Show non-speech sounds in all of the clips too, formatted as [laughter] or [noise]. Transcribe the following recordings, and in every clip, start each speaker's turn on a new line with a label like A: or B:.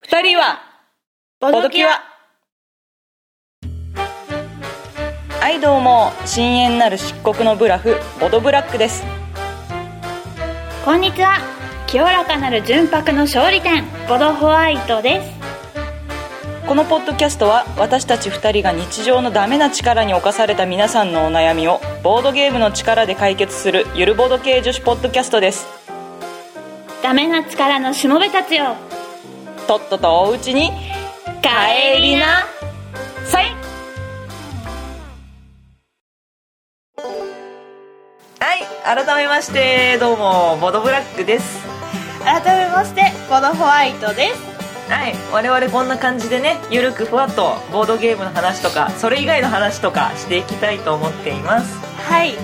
A: 二人はボドキュアはいどうも深淵なる漆黒のブラフボドブラックです
B: こんにちは清らかなる純白の勝利点ボドホワイトです
A: このポッドキャストは私たち2人が日常のダメな力に侵された皆さんのお悩みをボードゲームの力で解決するゆるボード系女子ポッドキャストです
B: ダメな力のしもべたちよ
A: とっととおうちに帰りなさいはい改めましてどうもボドブラックです
C: 改めましてボドホワイトです
A: はい我々こんな感じでねゆるくふわっとボードゲームの話とかそれ以外の話とかしていきたいと思っています
C: はい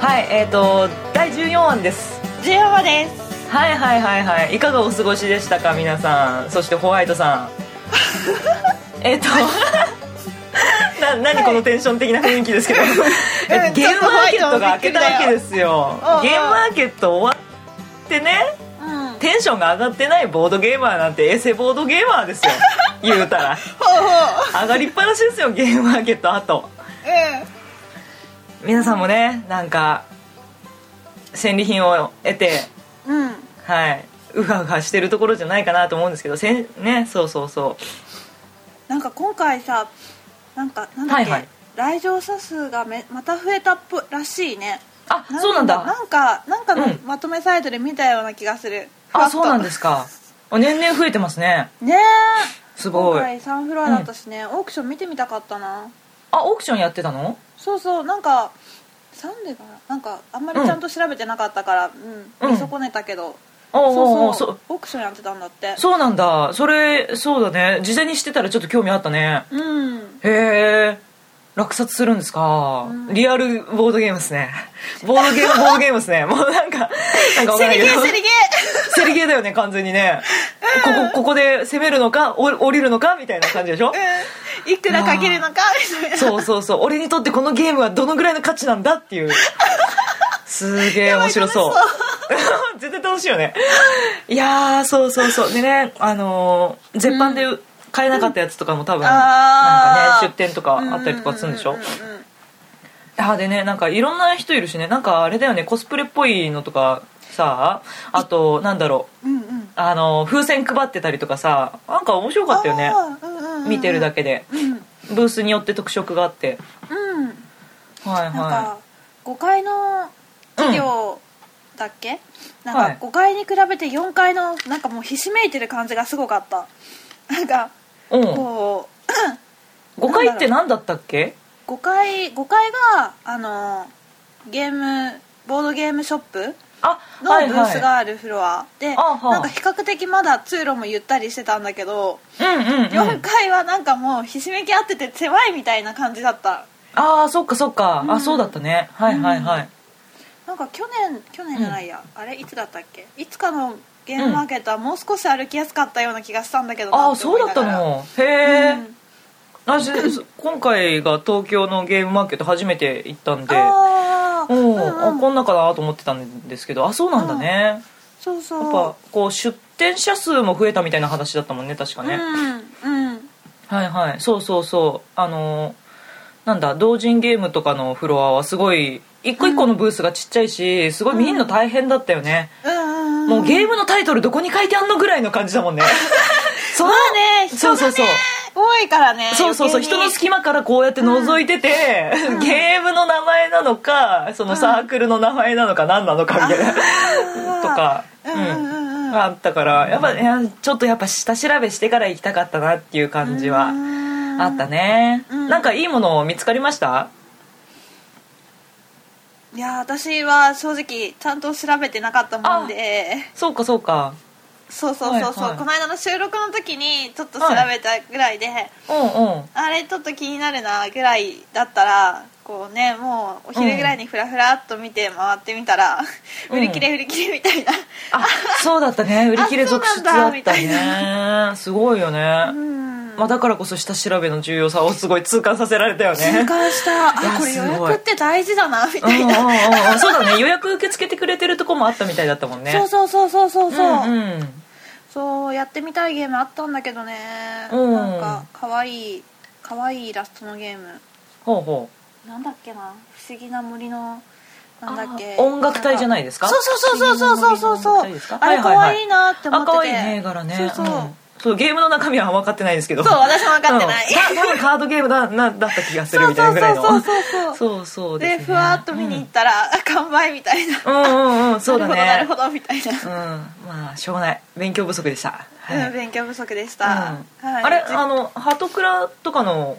A: はいえーと第14話です
C: 14話です
A: はいはいはいはいいかがお過ごしでしたか皆さんそしてホワイトさんえっとな何このテンション的な雰囲気ですけど、えっとゲームマーケットが開けたわけですよ
C: うんうん
A: ゲームマーケット終わってね
C: うんほう
A: テンションが上がってないボードゲーマーなんてエセボードゲーマー [laughs] ですよ言うたら
C: ほう
A: 上がりっぱなしですよゲームマーケットあと
C: う
A: 皆さんもねなんか戦利品を得て
C: んうん
A: はい、うはうはしてるところじゃないかなと思うんですけどせんねそうそうそ
C: なんか今回さなんかなんだっけ、
A: はいはい
C: 来場者数がめまた増えたっぽらしいね
A: うあそうなんだ
C: なんかなんかの
A: うん
C: まとめサイトで見たような気がする、ふわ
A: あ
C: っと
A: そうなんですかあ年々増えてますね
C: ねえ
A: すご
C: 今
A: い
C: 回サンフロアだったしね、オークション見てみたかったな
A: あオークションやってたの
C: そうそうなんかサンデーかななんかあんまりちゃんと調べてなかったから、う
A: うん
C: ん、見損ねたけど、
A: おうおうお
C: そうう
A: そ
C: そううオークションやってたんだって
A: そうなんだそれそうだね事前にしてたらちょっと興味あったね
C: うん
A: へえ落札するんですか、
C: うん
A: リアルボードゲームですねボードゲームボードゲームですねもうなんかなんかわかんない
C: セ
A: け
C: リゲ
A: ど
C: ーセリゲ
A: セリゲーだよね完全にね、ここここで攻めるのかお降りるのかみたいな感じでしょ、
C: ー [laughs] いくらかけるのかみ
A: [laughs]
C: たいな
A: そうそうそう俺にとってこのゲームはどのぐらいの価値なんだっていうすげえ面白そう [laughs] 絶対楽しいよねいやーそうそうそうでねあのー絶版で買えなかったやつとかも多分、なん
C: あ
A: か
C: ー
A: ね出店とかあったりとかするんでしょ、
C: ううんうん
A: あでねなんかいろんな人いるしねなんかあれだよねコスプレっぽいのとかさあとなんだろう
C: うんうん
A: あの風船配ってたりとかさなんか面白かったよね
C: あーうんうんうん
A: 見てるだけで
C: うん
A: ブースによって特色があって
C: うん
A: はい
C: なん
A: は
C: か5階の企業だっけ、
A: は
C: なん
A: い
C: か5階に比べて4階のなんかもうひしめいてる感じがすごかったなんか
A: いうん
C: こ
A: 5階って何だったっけ
C: う5階5階があのゲームボードゲームショップ
A: あ
C: のブースがあるフロアで、
A: あはあ
C: なんか比較的まだ通路もゆったりしてたんだけど、
A: うんうん、う
C: 4
A: ん、
C: 階はなんかもうひしめき合ってて狭いみたいな感じだった
A: ああそっかそっか、
C: う
A: あ
C: ん
A: そうだったねはいはいはい、
C: なんか去年去年じゃないや、あれいつだったっけいつかのゲームマーケットはもう少し歩きやすかったような気がしたんだけど
A: あ
C: な
A: あ
C: って
A: そ
C: 思
A: う
C: い
A: だっ
C: なが
A: た
C: ら
A: のへえ、
C: うん
A: 私今回が東京のゲームマーケット初めて行ったんで
C: あー
A: お
C: うん
A: お、
C: うん
A: あこんなかなと思ってたんですけどあそうなんだね、
C: そうそう
A: やっぱこう出店者数も増えたみたいな話だったもんね確かね、
C: うんうん
A: はいはいそうそうそうあのーなんだ同人ゲームとかのフロアはすごい一個一個のブースがちっちゃいしすごい見んの大変だったよね、
C: うんうん
A: もうゲ
C: ー
A: ームのタイトルどこに書いてあんのぐらいの感じだ
C: [laughs]
A: もんねその
C: ね人
A: そうそうそう
C: 多いからね
A: そうそうそう
C: 余計
A: 人
C: に
A: の隙間からこうやって覗いてて、ゲームの名前なのかそのサークルの名前なのか何なのかみたいな、
C: あー
A: とか、
C: うんうんうんうん
A: あったからやっぱいやちょっとやっぱ下調べしてから行きたかったなっていう感じは
C: うん
A: あったね、
C: うん
A: なんかいいもの見つかりました
C: いやー私は正直ちゃんと調べてなかったもんで
A: そうかそうか
C: そうそうそうそう、
A: はいはい
C: この間の収録の時にちょっと調べたぐらいで、
A: うんうん
C: あれちょっと気になるなぐらいだったらこうねもうお昼ぐらいにフラフラっと見て回ってみたら、
A: うん
C: 売り切れ売り切れみたいな、
A: あそうだったね売り切れ続出だ
C: あそうなんだ
A: った
C: み
A: ねすごいよね、
C: うん
A: まあ、だからこそ下調べの重要さをすごい痛感させられたよね
C: 痛感した
A: いや
C: あこれ
A: す
C: 予
A: ごい
C: 約って大事だなみたい
A: うん
C: な、
A: うん
C: [laughs]
A: うんうんそうだね予約受け付けてくれてるとこもあったみたいだったもんね
C: そうそうそうそうそうそう、
A: んうん
C: そうやってみたいゲームあったんだけどね、
A: うん
C: なんか可愛い可愛いイラストのゲーム
A: ほうほ
C: なんだっけな不思議な森のなんだっけ
A: う音楽隊じゃないですか
C: そうそうそうそうそうそうそ
A: 不
C: う
A: 思議な森の音楽隊ですか
C: あれ
A: はいはい
C: 可
A: はい
C: 愛いなって思
A: あ
C: ってて
A: 可愛いね絵柄ね
C: そうそう、
A: んそうゲームの中身は分かってないですけど
C: そう私も分かってない、
A: うんた多分カードゲームだなだった気がするみたいなぐらいの
C: そうそうそうそうそう
A: そうそう
C: で
A: ですね
C: ふわっと見に行ったら、完売みたいな、
A: うんうんうんうんそうだね
C: なるほどなるほどみたいな、
A: うんまあしょうがない勉強不足でした、はい
C: うん勉強不足でし
A: うん
C: た、はい、
A: あれ
C: じ
A: あのハトクラとかの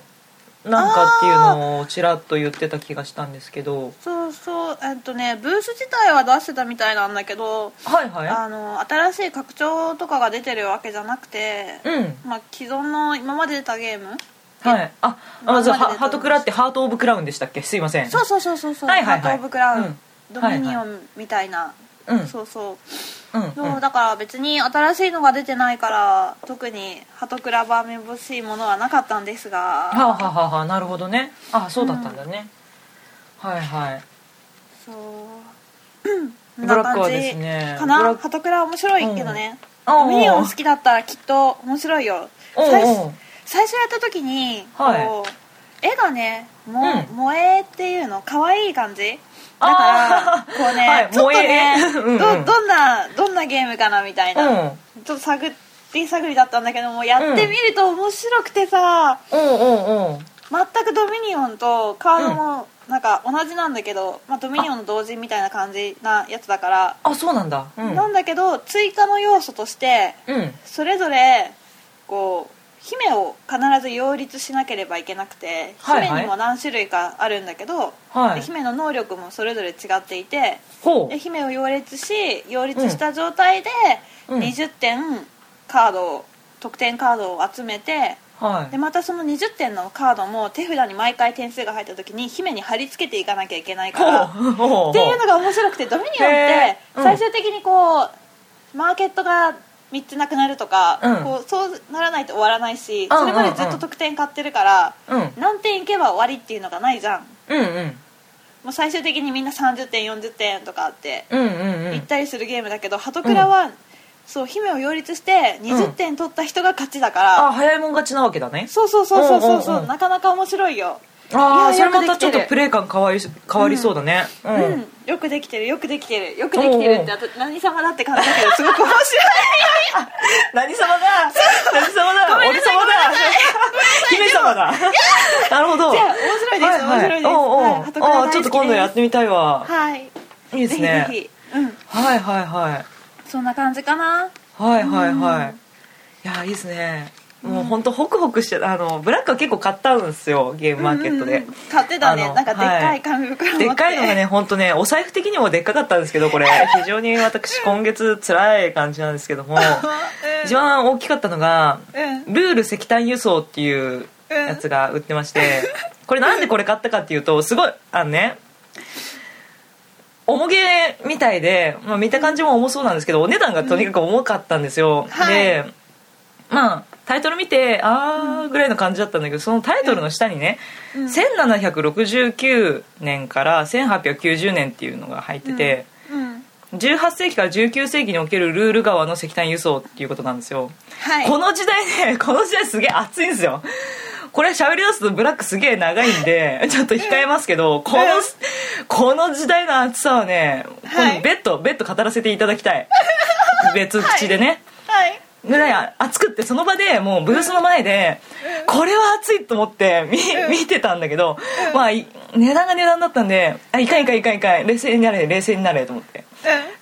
A: なんかっていうのをちらっと言ってた気がしたんですけど
C: そうそうえっとねブース自体は出してたみたいなんだけど
A: はいは
C: あの新しい拡張とかが出てるわけじゃなくて
A: い、うん
C: まあ、既存の今まで出たゲーム
A: はいああ
C: 今まで
A: の
C: で
A: は
C: どう
A: ハトクラってハート・オブ・クラウンでしたっけすいません
C: そうそうそうそうそう、
A: はいはいはい
C: ハート・オブ・クラウン、
A: うん
C: ドミニオンみたいな、
A: うんうん
C: そうそう
A: うん
C: そう、だから別に新しいのが出てないから特にハトクラバーめぼしいものはなかったんです
A: はあ、
C: が
A: はあはあはあ、なるほどねあそうだったんだね、はいはい
C: そうこん
A: ブ
C: な
A: ラッ
C: 感
A: ク
C: じ
A: はですね
C: か
A: ブラ
C: な
A: ック
C: ハトクラ面白いけどね、
A: うんああ
C: ドミニオン好きだったらきっと面白いよ
A: おう
C: 最
A: お
C: 初
A: う
C: 最初やった時にこう、
A: はい
C: 絵がねも、
A: うん
C: 萌えっていうの可愛い感じだ
A: あ
C: か
A: ー
C: らこうね、
A: はい
C: ちょっとね
A: 萌えうんうん
C: どどんなどんなゲームかなみたいな、
A: うん
C: ちょっと探り探りだったんだけどもやってみると面白くてさ、
A: おうおうおう
C: 全くドミニオンとカードもなんか同じなんだけど、まあ、ドミニオンの同人みたいな感じなやつだから、
A: あそうなんだうん
C: なんだけど追加の要素として
A: うん
C: それぞれこう姫を必ず擁立しなければいけなくて、
A: はいはい
C: 姫にも何種類かあるんだけど、
A: はい
C: で姫の能力もそれぞれ違っていて
A: ほ
C: で
A: う
C: 姫を擁立し擁立した状態で
A: うん
C: 20点カードを得点カードを集めて
A: は
C: でまたその20点のカードも手札に毎回点数が入った時に姫に貼り付けていかなきゃいけない
A: い
C: から
A: [laughs] ほうほうほう
C: っていうのが面白くてドミニオンって
A: へーうん
C: 最終的にこうマーケットが3つなくなるとか、
A: うん
C: こうそうならないと終わらないし
A: うんうん
C: そ
A: う
C: れ
A: ん
C: までずっと得点買ってるから
A: うん
C: 何点いけば終わりっていうのがないじゃん
A: うんうん
C: もう最終的にみんな30点40点とかあって
A: うんうんう
C: 行っ
A: ん
C: たりするゲームだけどハトクラは、そう姫を擁立して20点取った人が勝ちだから、
A: あ早いもん勝ちなわけだね
C: そうそうそうそうそうそう
A: うんうんうん
C: なかなか面白いよ
A: ああ
C: い
A: そ
C: や
A: れま
C: よ
A: た
C: く
A: ち
C: で
A: ょ
C: き
A: ってと
C: る
A: プレイ感変わり変わりそうだねう、
C: うんん、よくできてるよくできてるよくできてるってあと何様だって感じだけどすごく面白い
A: 何様だ何様だ
C: ごめん
A: 俺
C: なさい
A: 様だ姫様だ [laughs] なるほど
C: じゃあ面白いです、面白いです
A: おうおう
C: はい鳩倉大好き
A: あー
C: です
A: ちょっと今度やってみたいわ
C: はい
A: いいです
C: ぜ
A: ね
C: ひぜひうん
A: はいはいはい
C: そんな感じかな
A: はいはいは
C: う
A: いいやーいいですねもう本当ホクホクしてあのブラックは結構買ったんですよゲームマーケットで、
C: うんうんうん買ってたね
A: あの
C: なんかでっか
A: はいい
C: 紙 [laughs] 袋持って
A: でっかいのがね本当ねお財布的にもでっかかったんですけど
C: [laughs]
A: これ非常に私今月辛い感じなんですけども
C: うん
A: 一番大きかったのが
C: うん
A: ルール石炭輸送っていうやつが売ってまして、これなんでこれ買ったかっていうとすごいあのね重げみたいで、まあ、見た感じも重そうなんですけどお値段がとにかく重かったんですよ、
C: はい
A: でまあタイトル見てあーぐらいの感じだったんだけどそのタイトルの下にね、
C: うん
A: 1769年から1890年っていうのが入ってて、
C: うん
A: 18世紀から19世紀におけるルール川の石炭輸送っていうことなんですよ
C: はい
A: この時代ね [laughs] この時代すげえ熱いんですよこれ喋り出すとブラックすげえ長いんでちょっと控えますけどこのこの時代の熱さはね、
C: は
A: こ
C: い
A: の別途別途語らせていただきた
C: [laughs]
A: い別口でね、
C: はい
A: ぐらい熱くってその場でもうブースの前でこれは熱いと思って見見てたんだけどまあい値段が値段だったんであいかんいかんいかんいかん冷静になれ冷静になれと思って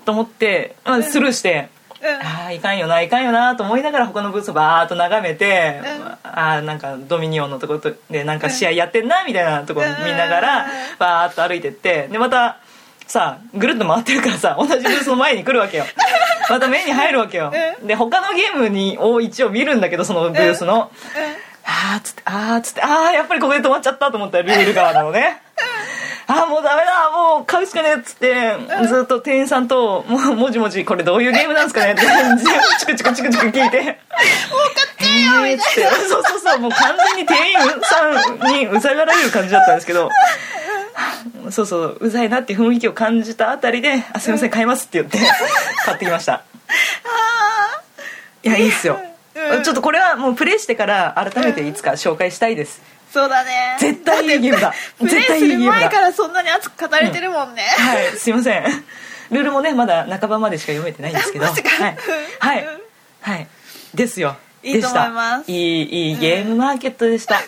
A: と思ってまあスルーして
C: うんうん
A: ああいかんよないかんよなと思いながら他のブースをバーっと眺めて、
C: うん
A: ああなんかドミニオンのところでなんか試合やってんなみたいなところ見ながら
C: うん
A: バーっと歩いてってでまたさぐるっと回ってるからさ同じブースの前に来るわ [laughs] けよまた目に入るわけよ、で他のゲームにを一応見るんだけどそのブースの、あーっつってあーっつってあーやっぱりここで止まっちゃったと思ったらルール側なのねあーもうダメだもう買うしかねえっつって、ずっと店員さんともうもじもじこれどういうゲームなんですかねって全部チクチクチクチク聞いてもう買ってよ
C: [laughs]
A: みたいな、そうそうそうもう完全に店員さんにうざがられる感じだったんですけどそうそううざいなって雰囲気を感
C: [laughs]
A: じたあたりで「あすいません買います」って言って買ってきました
C: あ
A: いやいいっすよ、
C: うん
A: ちょっとこれはもうプレイしてから改めていつか紹介したいです、
C: そうだね
A: 絶対いいゲームだ
C: プレイ
A: 絶対い
C: す
A: いゲ
C: る
A: ームだ
C: 前からそんなに熱く語れてるもんね、
A: はい、すいません。ルールもね、まだ半ばまでしか読めてないんですけど。は
C: [laughs] マジ
A: い
C: か。
A: はい
C: うん。
A: はい。ですよ。
C: いいと思います
A: でしたいい、いいゲームマーケットでした。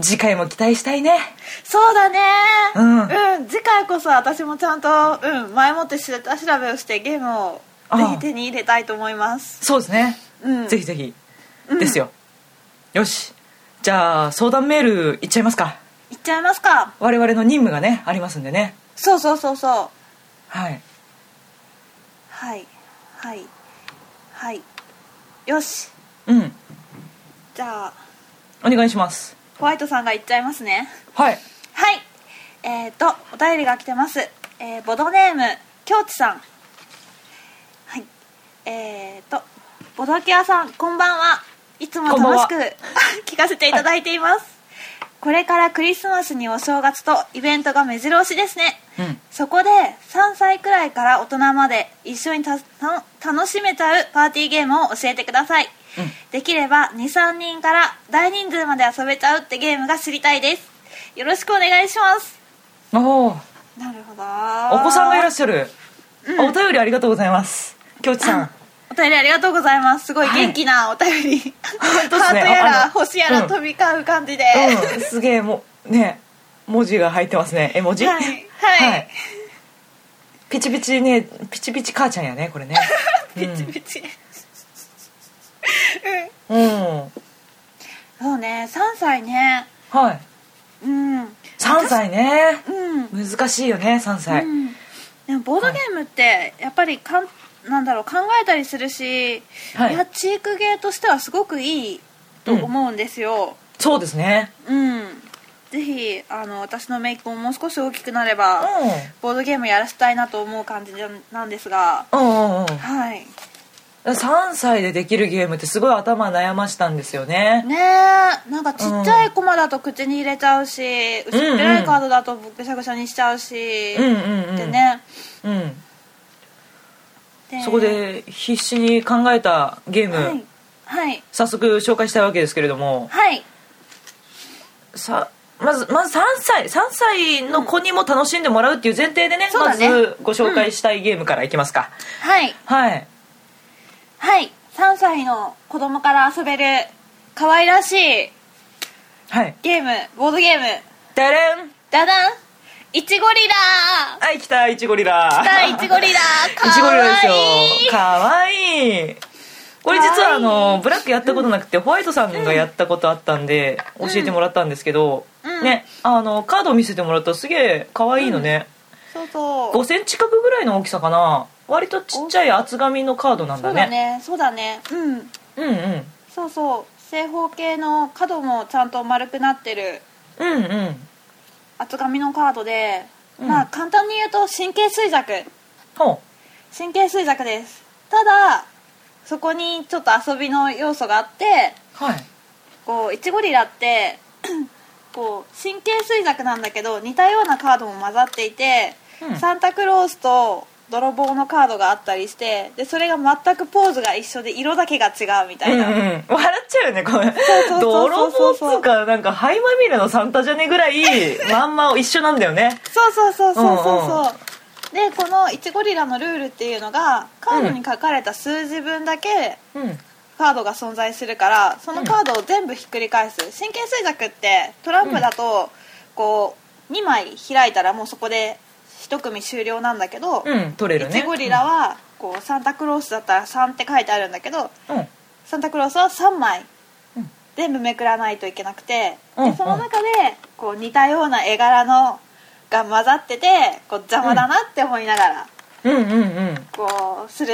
A: 次回も期待したいね。
C: そうだね
A: うん
C: うん、次回こそ私もちゃんと、うん、前もって下調べをしてゲームをぜひ手に入れたいと思います
A: そうですね。
C: うん
A: ぜひぜひ。ですよ。よし。じゃあ、相談メールいっちゃいますか。
C: いっちゃいますか
A: 我々の任務がね、ありますんでね。
C: そうそうそうそう
A: はい。
C: はいはいはいよし
A: うん。
C: じゃあ
A: お願いします。
C: ホワイトさんがいっちゃいますね
A: はい。
C: はいえっ、とお便りが来てます、えーボドネーム京地さんはいえっ、とボドキアさんこんばんはいつも
A: こんばん
C: 楽
A: は
C: しく [laughs] 聞かせていただいています、これからクリスマスにお正月とイベントが目白押しですね
A: うん。
C: そこで3歳くらいから大人まで一緒にたた楽しめちゃうパーティーゲームを教えてください、
A: うん
C: できれば23人から大人数まで遊べちゃうってゲームが知りたいですよろしくお願いします
A: おー
C: なるほど
A: お子さんがいらっ
C: し
A: しゃる。お便りありがとうございます。京地さん。
C: お便りありがとうございますすごい
A: はい
C: 元気なお便り、
A: 本当っ
C: ハ
A: す
C: ー
A: ね
C: ト
A: あ
C: やら
A: の
C: 星やら
A: うん
C: 飛び交う感じで、
A: うん、すげえもうね文字が入ってますね絵文字
C: はいはい
A: ピチピチねピチピチ母ちゃんやねこれね
C: [laughs] ピチ [laughs] ピチ、
A: うん、うん
C: そうね3歳ね
A: はい
C: うん
A: 3歳ね
C: うん
A: 難しいよね3歳、
C: うん、でもボードゲームってやっぱりかん、なんだろう考えたりするし、
A: はい
C: い、やチークゲーとしてはすごくいいと思うんですよ
A: そうですね
C: うん、ぜひあの私のメイクももう少し大きくなれば、
A: う
C: ボードゲームやらせたいなと思う感じなんなんですが
A: んうんうんうん
C: はい
A: 3歳でできるゲームってすごい頭悩ましたんですよね
C: ねえなんかちっちゃいコマだと口に入れちゃうし薄っぺらいカードだとぐしゃぐしゃにしちゃうし、
A: うんうんうん
C: でね
A: うん
C: で
A: そこで必死に考えたゲーム、
C: はいはい
A: 早速紹介したいわけですけれども
C: はい
A: さまずまず3歳3歳の子にも楽しんでもらうっていう前提でね,、
C: そう
A: ま
C: だね
A: ずご紹介したいゲームからいきますか、
C: はい
A: はい
C: はい3歳の子供から遊べる可愛らしい
A: はい
C: ゲームボードゲーム
A: ダレン
C: ダダンイチゴリラ
A: はい来たイチゴリラ
C: ー
A: [laughs]
C: ダイチゴリラーかわ
A: イ
C: いい
A: チゴリラですよかわいいこれ実はあのブラックやったことなくてホワイトさんがやったことあったんで教えてもらったんですけど、
C: うん
A: ねあのカードを見せてもらったらすげえかわいいのね、
C: そうそう
A: 5センチ角ぐらいの大きさかな割とちっちゃい厚紙のカードなん
C: そ
A: だ
C: うだ
A: ね
C: ねそうだねうん
A: うんうん
C: そうそう正方形の角もちゃんと丸くなってる
A: うんうん
C: 厚紙のカードで、
A: うん
C: まあ簡単に言うと神経衰弱
A: ほ
C: 神経衰弱ですただそこにちょっと遊びの要素があって
A: うはい
C: こうイチゴリラって [clears throat] こう神経衰弱なんだけど似たようなカードも混ざっていて、
A: うん
C: サンタクロースと泥棒のカードがあったりしてでそれが全くポーズが一緒で色だけが違うみたいな、
A: うんうん、笑っちゃうよねこれ
C: そうそう
A: 泥
C: そう
A: 棒
C: そう
A: っつうかなんか灰まみれのサンタじゃねぐ
C: [laughs]
A: らいまんま一緒なんだよね
C: そうそうそうそうそ
A: う
C: う
A: んうん
C: そうでこのイチゴリラのルールっていうのがカードに書かれた数字分だけ
A: うん
C: カードが存在するからそのカードを全部ひっくり返す神経衰弱ってトランプだとこう2枚開いたらもうそこで1組終了なんだけど、
A: うん取れる
C: イ
A: ね
C: チゴリラはこうサンタクロースだったら3って書いてあるんだけど
A: うん
C: サンタクロースは3枚
A: うん
C: 全部めくらないといけなくて
A: うんう
C: で
A: ん
C: その中でこう似たような絵柄のが混ざっててこう邪魔だなって思いながら
A: うんうんうん
C: こうする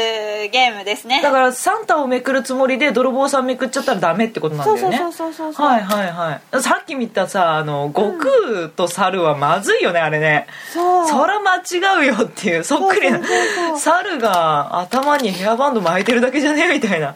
C: ゲームですね
A: だからサンタをめくるつもりで泥棒さんめくっちゃったらダメってことなんだ
C: そう
A: よ
C: そう
A: ね
C: そうそうそうそう、
A: はいはいはいさっき見たさあの悟空と猿はまずいよね、あれね
C: そう
A: そら間違うよっていうそっくりな
C: そうそうそうそう [laughs]
A: 猿が頭にヘアバンド巻いてるだけじゃねみたいな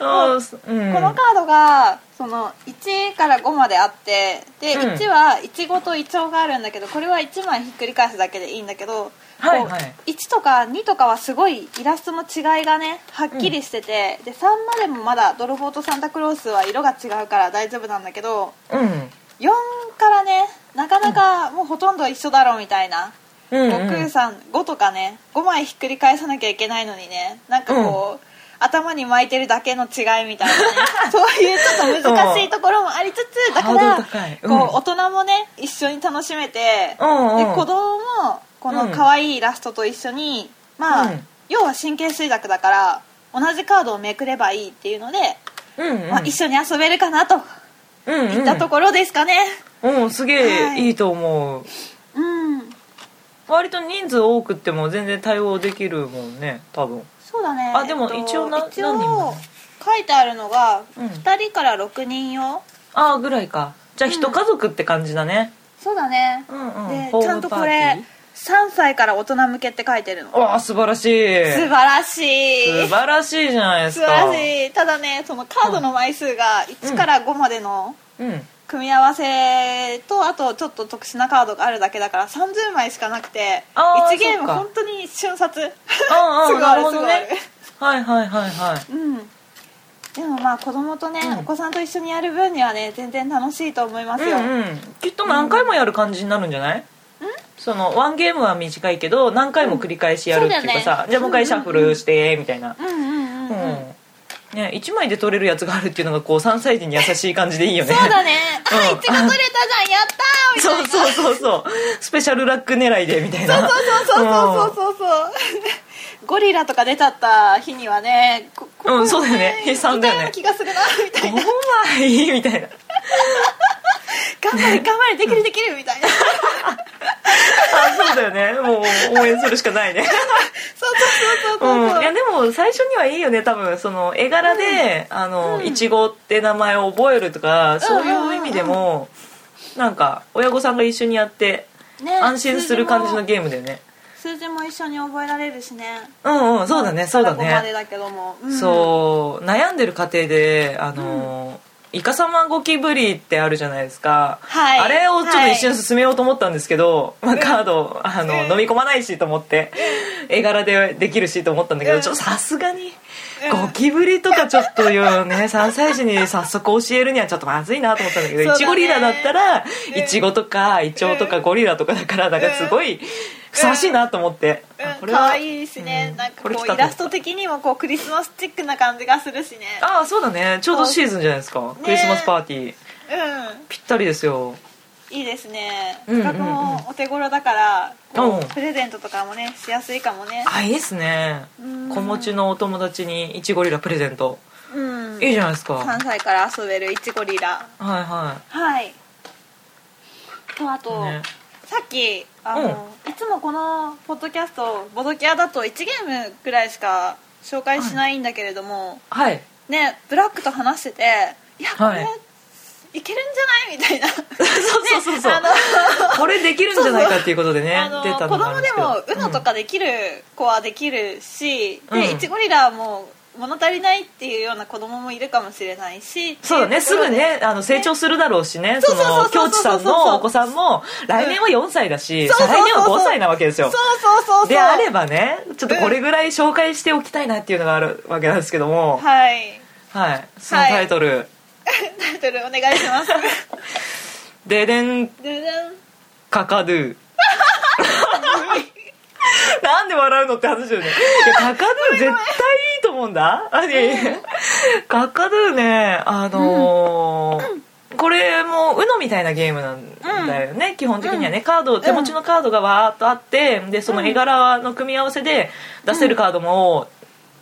A: あーうん
C: このカードがその1から5まであってで、
A: うん
C: 1はイチゴとイチョウがあるんだけどこれは1枚ひっくり返すだけでいいんだけど、
A: はい
C: こう
A: はい
C: 1とか2とかはすごいイラストの違いがねはっきりしてて、で3までもまだ泥棒とサンタクロースは色が違うから大丈夫なんだけど
A: うん
C: 4からねなかなかもうほとんど一緒だろうみたいな。
A: うん
C: 悟空さん5とかね5枚ひっくり返さなきゃいけないのにねなんかこう、頭に巻いてるだけの違いみ
A: [laughs]
C: たいなねそういうちょっと難しいところもありつつだか
A: ハード
C: ら、
A: ル高いうん
C: こう大人もね一緒に楽しめて、
A: うんうん
C: で子供もこの可愛いイラストと一緒に、まあ、
A: うん
C: 要は神経衰弱だから同じカードをめくればいいっていうので、
A: うんうん
C: まあ、一緒に遊べるかなと
A: うん
C: いったところですかね。
A: うんうんすげ
C: は
A: え
C: い
A: いいと思う
C: うん
A: 割と人数多くっても全然対応できるもんね多分
C: そうだね
A: あでも
C: えっと
A: 一応な
C: 一
A: 何人
C: 応
A: も
C: 書いてあるのが
A: うん
C: 2人から6人用、
A: ああぐらいかじゃあ
C: うん
A: 一家族って感じだね
C: そうだね、
A: うんうん
C: で
A: ホーム
C: ちゃんとこ
A: パーテ
C: れ
A: ィー
C: 3歳から大人向けって書いてるの素
A: わあ素晴らしい
C: 晴らしい
A: 素晴らしいじゃないです
C: 素
A: か
C: 晴らしいただねそのカードの枚数が1から5までの
A: うん
C: 組み合わせとあとちょっと特殊なカードがあるだけだから30枚しかなくて
A: あー
C: 1ゲー
A: そ
C: ム
A: っか
C: 本当に瞬殺す
A: ああ
C: ぐ
A: な
C: あ
A: る
C: る
A: ほ
C: [laughs] す
A: ど
C: ぐある
A: ねはいはいはいはい
C: うん、でもまあ子供とね、
A: うん
C: お子さんと一緒にやる分にはね全然楽しいと思いますよ、
A: うんうん、きっと何回もやる感じになるんじゃない、そのワンゲームは短いけど何回も繰り返しやるっていうか
C: そうだ
A: さ、
C: ね
A: じゃあもう一回シャッフルしてみたいな、
C: うんうんうん
A: う
C: うん
A: んね、1枚で取れるやつがあるっていうのがこう3歳児に優しい感じでいいよね
C: そうだね、あ
A: うん
C: いちご取れたじゃんやったーみた
A: [laughs]
C: い
A: そうそ
C: な
A: うそうそうスペシャルラック狙いでみたいな
C: そうそうそうそうそうゴリラとか出ちゃった日にはねここ
A: うんそうだよね
C: 痛
A: 悲惨だよね
C: い気がするなみたいな
A: 5枚みたいな
C: 頑張れ頑張れできるできるみたいなそう
A: あそうだよねもう応援するしかないね
C: そうそうそう
A: う
C: そう、
A: ん、いやでも最初にはいいよね多分その絵柄で、あのいちごって名前を覚えるとかそういう意味でも、なんか親御さんが一緒にやって
C: ね
A: 安心する感じの
C: 数字も
A: ゲームだよね
C: 数字も一緒に覚えられるしね
A: うんうんそうだねそうだ
C: ここまで
A: ね、
C: だけども、うん
A: そう悩んでる過程であの、イカサマゴキブリってあるじゃないですか、
C: はい
A: あれをちょっと
C: はい
A: 一瞬進めようと思ったんですけど、まあ、カードあの、
C: うん
A: 飲み込まないしと思って絵柄でできるしと思ったんだけど、
C: うん
A: ちょっとさすがに
C: うん
A: ゴキブリとかちょっとよね3歳児に早速教えるにはちょっとまずいなと思ったんだけ
C: そう
A: ど
C: だ
A: イ
C: ね
A: チゴリラだったらイチゴとかイチョウとかゴリラとかだからなんかすごいふさわしいなと思って、あ
C: うん、可愛いしね、
A: うん
C: なんか
A: これ来
C: こ
A: た
C: う
A: と
C: イラスト的にもこうクリスマスチックな感じがするしね
A: ああそうだねちょうどシーズンじゃないですか、クリスマスパーティーぴったりですよ
C: うんいいですね
A: うんうん
C: 価
A: うん
C: 格もお手頃だからこ
A: うん
C: うプレゼントとかもねしやすいかもね
A: あいいですね
C: うん
A: 子持ちのお友達にイチゴリラプレゼント
C: うん
A: いいじゃないですかはい
C: 3歳から遊べるいちごリラ
A: は
C: はいとあと、
A: い、ね、
C: さっきあの、いつもこのポッドキャストボドキアだと1ゲームくらいしか紹介しないんだけれども、
A: はい
C: ねブラックと話してていやこれ、
A: はい
C: い、けるんじゃないみたい
A: [laughs]
C: な
A: そうそうそうそう
C: あの
A: これできるんじゃないかっていうことでね
C: あの
A: 出た
C: 子
A: のがあるん
C: 供
A: で
C: で
A: け
C: す
A: ど
C: も UNO とかできる子はできるし、
A: うん
C: でいちごリラも物足りないっていうような子供もいるかもしれないし
A: そうだね
C: って
A: す
C: いう
A: ぐ
C: ところで
A: ねあの成長するだろうしねそ
C: そうそう
A: の
C: そうそ
A: 京
C: う
A: 地さんのお子さんも来年は4歳だし
C: そうそ
A: 再来
C: うそう
A: 年は5歳なわけです
C: そ
A: よ
C: うそうそうそう
A: であればねちょっとこれぐらい紹介しておきたいなっていうのがあるわけなんですけども
C: はい [laughs]
A: はいそのタイトル
C: タイトルお願い
A: [laughs]
C: します
A: 「ででん
C: ででん
A: カカドゥ」 [laughs] なんで笑うのって話だよねいやカカドゥ絶対いいと思うんだあいやいやカカドゥねあのーこれも UNO みたいなゲームなんだよね、基本的にはねカード手持ちのカードがわーっとあってでその絵柄の組み合わせで出せるカードも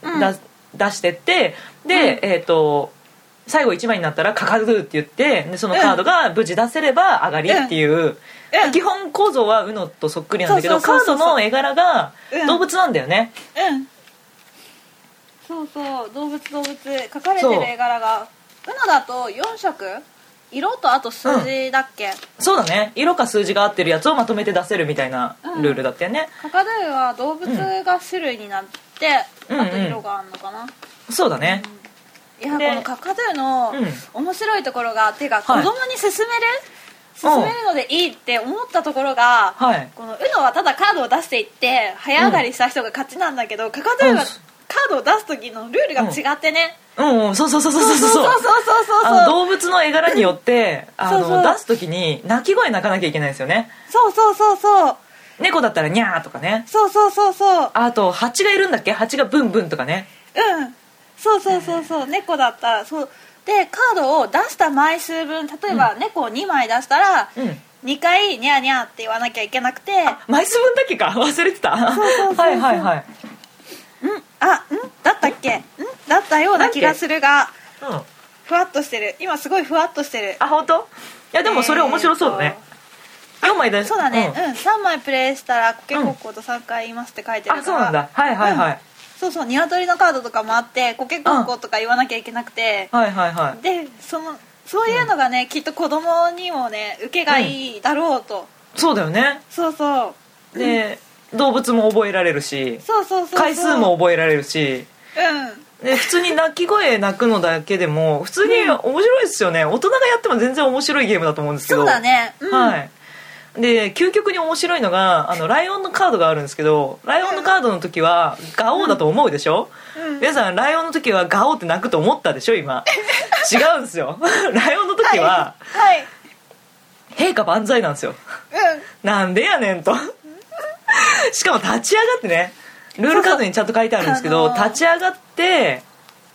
C: うん
A: だ、出してってで、えっ、と最後1枚になったら「カカドゥ」って言ってでそのカードが無事出せれば上がりっていう、
C: うん
A: 基本構造は UNO とそっくりなんだけど
C: そ
A: カ
C: う
A: ー
C: そうそうそう
A: ドの絵柄が
C: うん
A: 動物なんだよね、
C: うんそうそう動物動物書かれてる絵柄が UNO だと4色色とあと数字だっけ、
A: そうだね色か数字が合ってるやつをまとめて出せるみたいな
C: うん
A: ルールだったよね、
C: カカドゥは動物が種類になって、
A: うん
C: あと色があるのかな、
A: そうだね、
C: いやこ
A: で
C: のカカドゥの面白いところが、ていうか子
A: はい
C: 供に勧める、勧めるのでいいって思ったところが、
A: はい
C: この UNO はただカードを出していって早上がりした人が勝ちなんだけど、カカドゥ
A: うん
C: はカードを出す時のルールが違ってね、
A: うんうんそうそうそうそうそう
C: そう
A: そ
C: そううそうそうそう
A: あの
C: そう
A: 動物の絵柄によってあの
C: そうそう
A: 出す時に鳴き声鳴かなきゃいけないんですよね
C: そうそうそうそう
A: 猫だったらニャーとかね
C: そうそうそうそう
A: あと蜂がいるんだっけ蜂がブンブンとかね
C: うんそうそうそうそう猫だったらそうでカードを出した枚数分例えば、猫を2枚出したら、
A: うん
C: 2回ニャーニャーって言わなきゃいけなくて
A: 枚数分だっけか [laughs] 忘れてた
C: そうそうそう
A: はいはいはい、
C: うんあうんだったっけんだったような気がするが
A: うん、あ
C: ふわっとしてる今すごいふわっとしてる
A: 本当？いやでもそれ面白そうだね、4枚だ
C: そうだね、うん
A: ん
C: 3枚プレイしたらコケコッコーと3回言いますって書いてるから、
A: あそうなんだはいはいはい、
C: そうそう鶏のカードとかもあってコケコッコーとか言わなきゃいけなくて、
A: はいはいはい
C: でそのそういうのがね、きっと子供にもね受けがいいだろうと、
A: そうだよね
C: そうそう
A: で、動物も覚えられるし
C: そうそうそうそう
A: 回数も覚えられるし
C: う
A: で普通に鳴き声鳴くのだけでも普通に面白いですよね、大人がやっても全然面白いゲームだと思うんです
C: ん
A: けど
C: そうだね、うん、
A: はいで究極に面白いのがあのライオンのカードがあるんですけどライオンのカードの時はガオーだと思うでしょ、
C: うん
A: 皆さんライオンの時はガオーって鳴くと思ったでしょ今違うんですよ [laughs] ライオンの時は
C: はい
A: 陛下万歳なんですよ
C: うん
A: なんでやねんとしかも立ち上がってねルールカードにちゃんと書いてあるんですけど
C: そうそう
A: 立ち上がって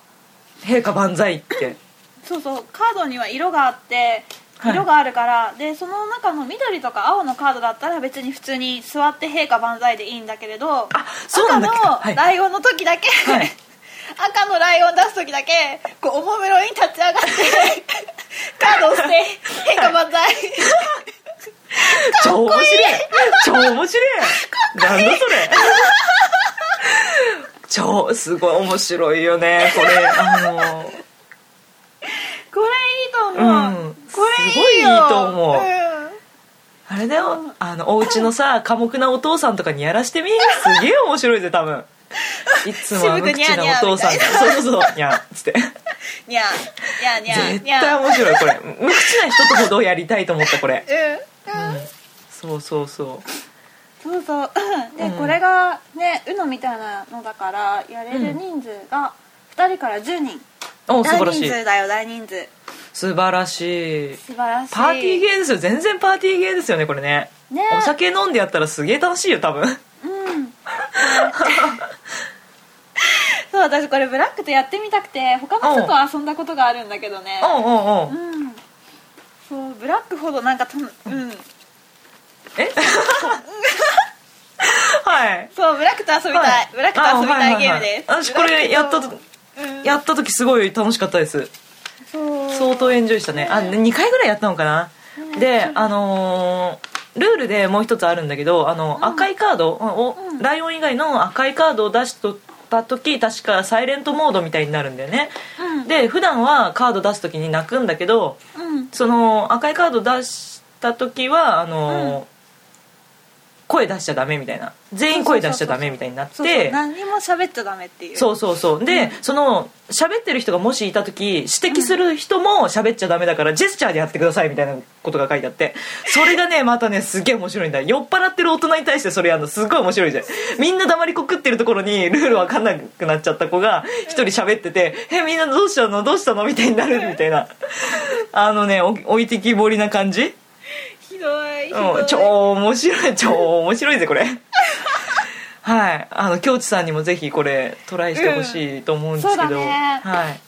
A: 「陛下万歳」って
C: そうそうカードには色があって
A: はい
C: 色があるから、でその中の緑とか青のカードだったら別に普通に座って陛下万歳でいいんだけれ
A: あ
C: ど
A: そうなんだっけ
C: 赤
A: は
C: の
A: い
C: ライオンの時だけ、
A: はい
C: 赤のライオン出す時だけこうおもむろに立ち上がって
A: [laughs]
C: カードをして陛下万歳
A: 超面白い超面白いなんだそれ超すごい面白いよねこれあの
C: これいいと思う、
A: うん
C: これいいよ
A: すごいいいと思う
C: うん
A: あれだよあのお家のさ寡黙なお父さんとかにやらしてみすげえ面白いぜ多分いつも無口なお父さんがそうそうそうにゃんっつって
C: にゃーにゃー
A: 絶
C: にゃーにゃ
A: 対面白いこれ無口な人とほどやりたいと思ったこれ
C: ーうん
A: そうそうそう
C: そうそううんで、
A: うん
C: これがね UNO みたいなのだからやれる人数が2人から10人、
A: お素
C: 大
A: 晴ら
C: 人
A: しい
C: 数だよ大人数
A: 素晴らしい
C: 素晴らしい
A: パーティーゲーですよ全然パーティーゲーですよねこれね
C: ね
A: お酒飲んでやったらすげえ楽しいよ多分
C: うんそう私これブラックとやってみたくて他の人と遊んだことがあるんだけどね
A: うんうんう
C: うんんそうブラックほどなんかたのうん
A: えはい
C: そうブラックと遊びたい、
A: はい
C: ブラックと遊びたいゲームです、
A: あはいはいはい私これやったと
C: ブラックうん
A: やった時すごい楽しかったです
C: そう
A: 相当エンジョイしたねあ2回ぐらいやったのかなであのールールでもう一つあるんだけどあの、赤いカードを、
C: うん
A: ライオン以外の赤いカードを出しとった時確かサイレントモードみたいになるんだよね、
C: うん
A: で普段はカード出す時に泣くんだけど
C: うん
A: その赤いカード出した時はあのー、声出しちゃダメみたいな全員声出しちゃダメみたいになって
C: そうそう何にも喋っちゃダメっていう
A: そうそうそうで、その喋ってる人がもしいた時指摘する人も喋っちゃダメだから、ジェスチャーでやってくださいみたいなことが書いてあってそれがねまたねすげえ面白いんだ酔っ払ってる大人に対してそれやるのすごい面白いじゃんみんな黙りこくってるところにルールわかんなくなっちゃった子が一人喋ってて「えみんなどうしたのどうしたの?」みたいになるみたいなあのねお置いてきぼりな感じ
C: ひどいひどい、
A: うん、超面白い超面白いぜこれはいあの京地さんにもぜひこれトライしてほしいと思うんですけど、
C: うんそうだね
A: はい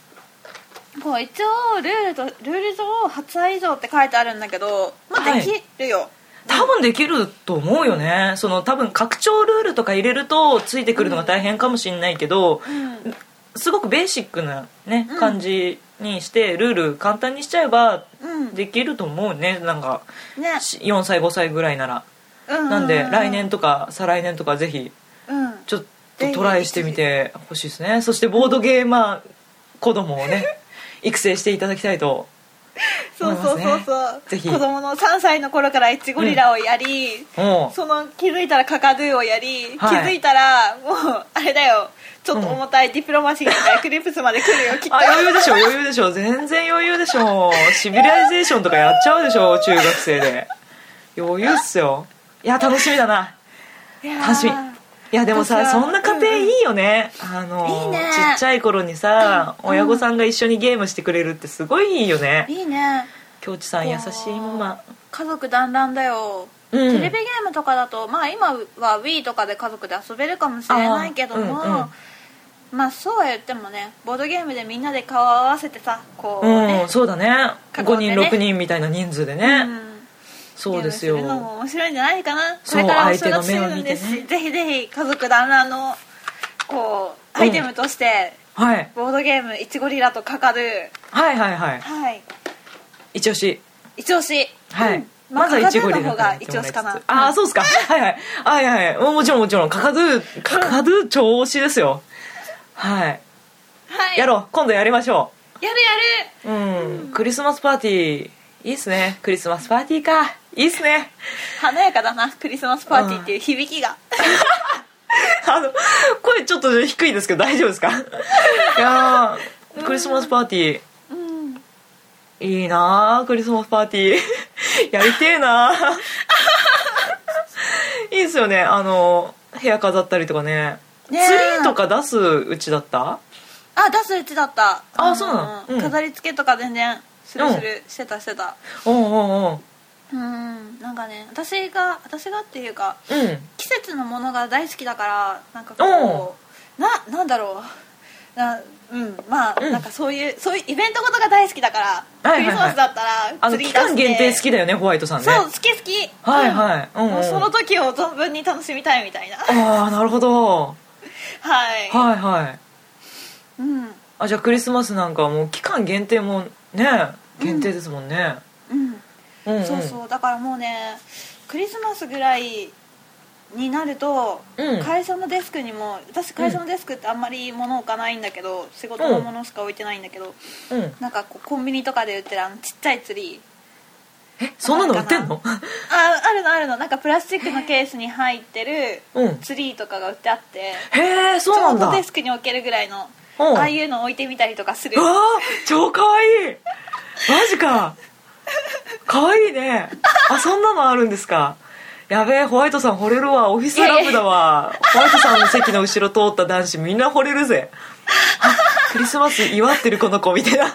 C: こう一応ルールとルール上8歳以上って書いてあるんだけどまあ
A: はい
C: できるよ、
A: 多分できると思うよねその多分拡張ルールとか入れるとついてくるのが大変かもしれないけど、
C: うん
A: すごくベーシックなね
C: うん
A: 感じにしてルール簡単にしちゃえば
C: うん
A: できると思うねなんか
C: ね
A: し4歳5歳ぐらいなら
C: ううう
A: なんで来年とか再来年とかぜひ
C: うん
A: ちょっとトライしてみてほしいですねそしてボードゲーマー子供を
C: [laughs]
A: ね育成していただきたいと
C: そうそうそうそう、
A: ぜひ
C: 子供の3歳の頃からイチゴリラをやり、
A: もう
C: その気づいたらカカドゥをやり、
A: はい
C: 気づいたらもうあれだよちょっと重たいディプロマシーがクリプスまで来るよきっと
A: あ余裕でしょ余裕でしょ全然余裕でしょシビライゼーションとかやっちゃうでしょ中学生で余裕っすよいや楽しみだない
C: やー
A: 楽しみいやでもさ
C: 私は
A: そんな家庭いいよね、あの
C: いいね
A: ちっちゃい頃にさ、
C: うん
A: 親御さんが一緒にゲームしてくれるってすごいいいよね
C: いいね
A: 京地さん優しいママ
C: 家族団らんだよ、
A: うん
C: テレビゲームとかだとまあ今は Wii とかで家族で遊べるかもしれないけども、
A: あーうんうん
C: まあそうは言ってもねボードゲームでみんなで顔を合わせてさこうね
A: うん、そうだね
C: 囲んでね
A: 5人6人みたいな人数でね、
C: うん
A: [laughs] そうです
C: ゲームるの
A: よ
C: も面白いんじゃないかなこ
A: そう
C: れからお正月シ
A: 相手の
C: ー
A: 目を
C: ズ
A: 見
C: ン
A: て
C: で
A: ね
C: すし、ぜひぜひ家族団らんのこうアイテムとして、
A: はい
C: ボードゲーム「いちごリラ」とかかる
A: はいはいはい
C: はい
A: 一押し
C: 一押し
A: はい、
C: うんまずは
A: イ
C: イ
A: チ
C: チ
A: ゴ
C: ゴ
A: リ
C: リ
A: ラ
C: ラの方が一押しかな
A: ああそうっすかはいはいはいはいもうもちろんもちろんカカドゥカカドゥ超推しですよはい
C: はい
A: やろう今度やりましょ
C: やるや
A: う
C: る
A: うん、クリスマスパーティーいいっすねクリスマスパーティーかいいっすね
C: 華やかだなクリスマスパーティーっていう響きが、
A: あの声ちょっと低いですけど大丈夫ですかいやークリスマスパーティー
C: うん、
A: いいなあクリスマスパーティー [laughs] やりてえなあ [laughs] いいですよねあの部屋飾ったりとかねツリ
C: ねえ
A: ーとか出すうちだった
C: あ出すうちだった
A: あそうなのうん
C: 飾り付けとか全然するする、してたしてた
A: おうんうんうん
C: うんなんかね私が私がっていうか
A: うん
C: 季節のものが大好きだからなんかこうななんだろうなうんまあ、
A: うん
C: なんかそういうそういうイベントごとが大好きだから、
A: はいはい
C: クリスマスだった
A: あ
C: ら
A: の
C: 釣り
A: 期
C: 出して
A: 間限定好きだよねホワイトさんね
C: そう好き好き
A: はいはい
C: う
A: うん
C: ん
A: うん
C: もうその時を存分に楽しみたいみたいなは
A: ああなるほど
C: い、
A: はいはい
C: うん
A: あじゃあクリスマスなんかはもう期間限定もね限定ですもんね、
C: うん
A: うんうん、
C: そうそうだからもうねクリスマスぐらいになると、
A: うん
C: 会社のデスクにも私会社のデスクってあんまり物置かないんだけど仕事のものしか置いてないんだけど、
A: う、ん、
C: なんかこうコンビニとかで売ってるあのちっちゃいツリー
A: えそんなの売ってんの
C: ああるのあるのなんかプラスチックのケースに入ってる
A: うん
C: ツリーとかが売ってあって、
A: へえそうなん
C: ちょう
A: だ
C: どデスクに置けるぐらいの、
A: うん
C: ああいうの置いてみたりとかする
A: うわあ超かわいいマジかかわいいねあそんなのあるんですかやべえホワイトさん惚れるわオフィスラブだわホワイトさんの席の後ろ通った男子みんな惚れるぜあクリスマス祝ってるこの子みたいな
C: や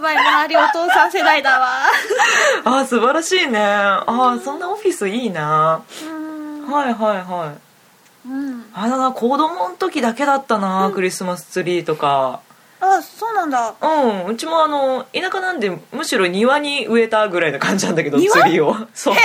C: ばい周りお父さん世代
A: [laughs]
C: だわ
A: あ素晴らしいねあそんなオフィスいいな
C: うん
A: はいはいはい
C: うん
A: あだな子供の時だけだったな、クリスマスツリーとか
C: あそうなんだ
A: うんうちもあの田舎なんでむしろ庭に植えたぐらいな感じなんだけど
C: 庭
A: 釣りをそうそうそう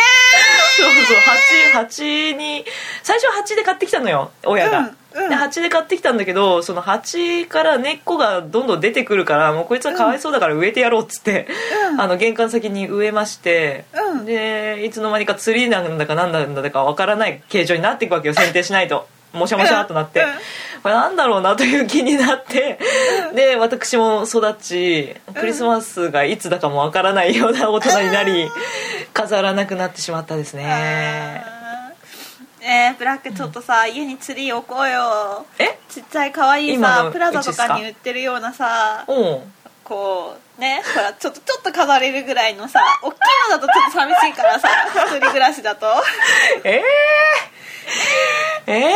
A: [laughs] 鉢鉢に最初は鉢で買ってきたのよ親が、
C: うんうん
A: で鉢で買ってきたんだけどその鉢から根っこがどんどん出てくるからもうこいつはかわいそうだから植えてやろうっつって、
C: うん
A: あの玄関先に植えまして、
C: うん
A: でいつの間にかツリーなんだかなんだかわからない形状になっていくわけよ剪定しないと。もしゃもしゃっとなって、
C: うんうん
A: これなんだろうなという気になって、で私も育ちクリスマスがいつだかもわからないような大人になり、飾らなくなってしまったですね
C: えー、ブラックちょっとさ、家にツリー置こうよ
A: え
C: ちっちゃい可愛い
A: 今の
C: さプラザと
A: うちっすか
C: かに売ってるようなさ
A: うん
C: こうねほらちょっとちょっと飾れるぐらいのさ大きいのだとちょっと寂しいからさ一人暮らしだと
A: えー、え
C: クリ
A: ー、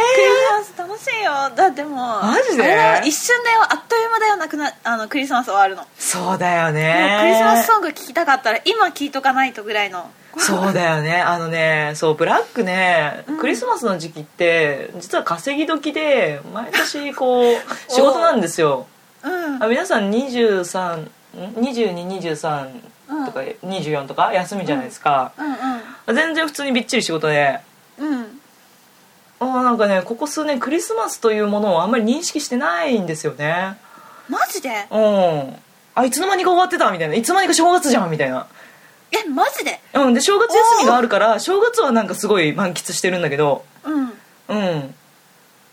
C: スマス楽しいよだってもう
A: マジで
C: あれだよ一瞬だよあっという間だよなくなあのクリスマス終わるの、
A: そうだよね
C: もうクリスマスソング聴きたかったら今聴いとかないとぐらいの
A: そうだよねあのねそうブラックね、
C: うん
A: クリスマスの時期って実は稼ぎ時で毎年
C: [laughs]
A: こう仕事なんですよ
C: うん
A: あ皆さん232223とか24とか休みじゃないですか、
C: うん
A: 全然普通にびっちり仕事で
C: うんうん
A: あーなんかねここ数年クリスマスというものをあんまり認識してないんですよね
C: マジで
A: うんあいつの間にか終わってたみたいないつの間にか正月じゃんみたいな
C: えマジで
A: うんで正月休みがあるから正月はなんかすごい満喫してるんだけど
C: う
A: う
C: ん
A: ん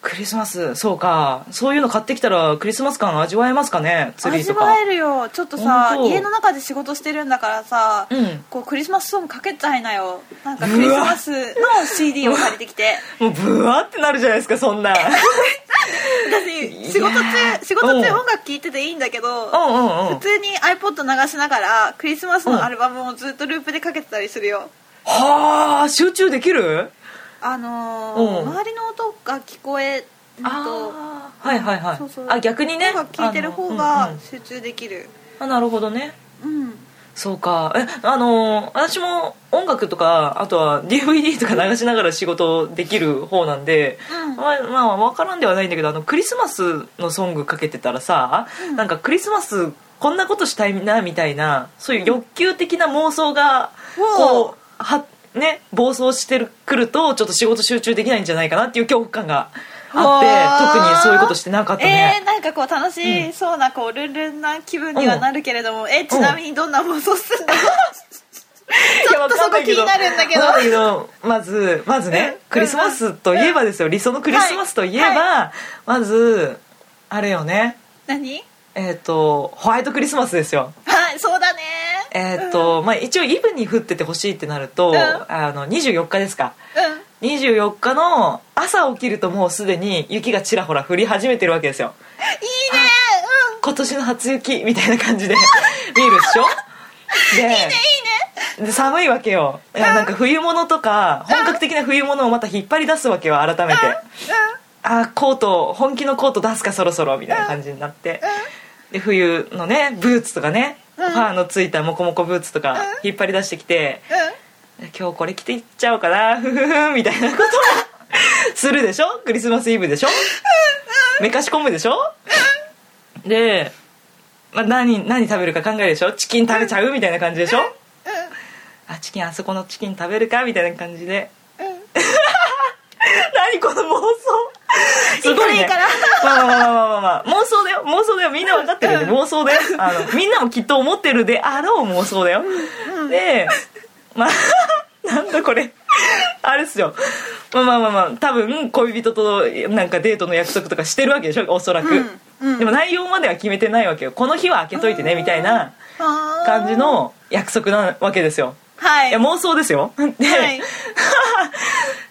A: クリスマスそうかそういうの買ってきたらクリスマス感味わえますかねツリー
C: 味
A: とか
C: わえるよちょっとさ
A: 本当
C: 家の中で仕事してるんだからさ、
A: うん
C: こうクリスマスソングかけちゃいなよなんかクリスマスの CD を借りてきて
A: [laughs] もうブワーってなるじゃないですかそんな
C: 私仕事中仕事
A: うん
C: 中音楽聴いてていいんだけど
A: うんうんうん
C: 普通に iPod 流しながらクリスマスのアルバムをずっとループでかけてたりするよ
A: はあ集中できる
C: あのー
A: うん
C: 周りの音が聞こえると
A: あーはいはいはい
C: そうそう
A: あ逆にね
C: 音楽聴いてる方
A: あのう
C: が
A: んうん
C: 集中できる
A: あなるほどね
C: うん
A: そうかえあの私も音楽とかあとは DVD とか流しながら仕事できる方なんで、
C: うん
A: まあ、まあ分からんではないんだけどあのクリスマスのソングかけてたらさ、なんかクリスマスこんなことしたいなみたいなそういう欲求的な妄想が
C: ほう
A: こうはね暴走してるくるとちょっと仕事集中できないんじゃないかなっていう恐怖感があって
C: ほう
A: 特にそういうことしてなかった
C: え
A: ね
C: ー、、なんかこう楽しそうなこうルンルンな気分にはなるけれども、えちなみにどんな妄想する
A: [laughs]
C: んだろう
A: ちょ
C: っとそこ気になるんだけど
A: まずまずね
C: うん
A: クリスマスといえばですよ理想のクリスマスといえば、
C: はい
A: まずあれよね
C: 何 [laughs]
A: えっ、とホワイトクリスマスですよ
C: はいそうだね
A: えっ、と、まあ一応イブに降っててほしいってなると、
C: うん
A: あの24日ですか
C: うん
A: 24日の朝起きるともうすでに雪がちらほら降り始めてるわけですよ
C: いいねうん
A: 今年の初雪みたいな感 [laughs] じで見るでしょでいいねいいねで寒いわけよいやなんか冬物とか本格的な冬物をまた引っ張り出すわけよ改めてあーコート本気のコート出すかそろそろみたいな感じになってで冬のねブーツとかねファーのついたモコモコブーツとか引っ張り出してきて今日これ着ていっちゃおうかなふふふんみたいなことをするでしょクリスマスイブでしょめかし込むでしょで、まあ、何何食べるか考えるでしょチキン食べちゃうみたいな感じでしょあチキンあそこのチキン食べるかみたいな感じで [laughs] 何この妄想すごいね
C: いいからいい
A: まあまあまあまあまあ、まあ、妄想だよ妄想だよみんな分かってるよね妄想だよあ
C: [laughs]
A: のみんなもきっと思ってるであろう妄想だよでまあ [laughs] なんだこれあれっすよまあまあまあまあ多分恋人となんかデートの約束とかしてるわけでしょおそらく、
C: うんうん
A: でも内容までは決めてないわけよこの日は開けといてねみたいな
C: あー
A: 感じの約束なわけですよ
C: はい
A: いや妄想ですよで、
C: はい、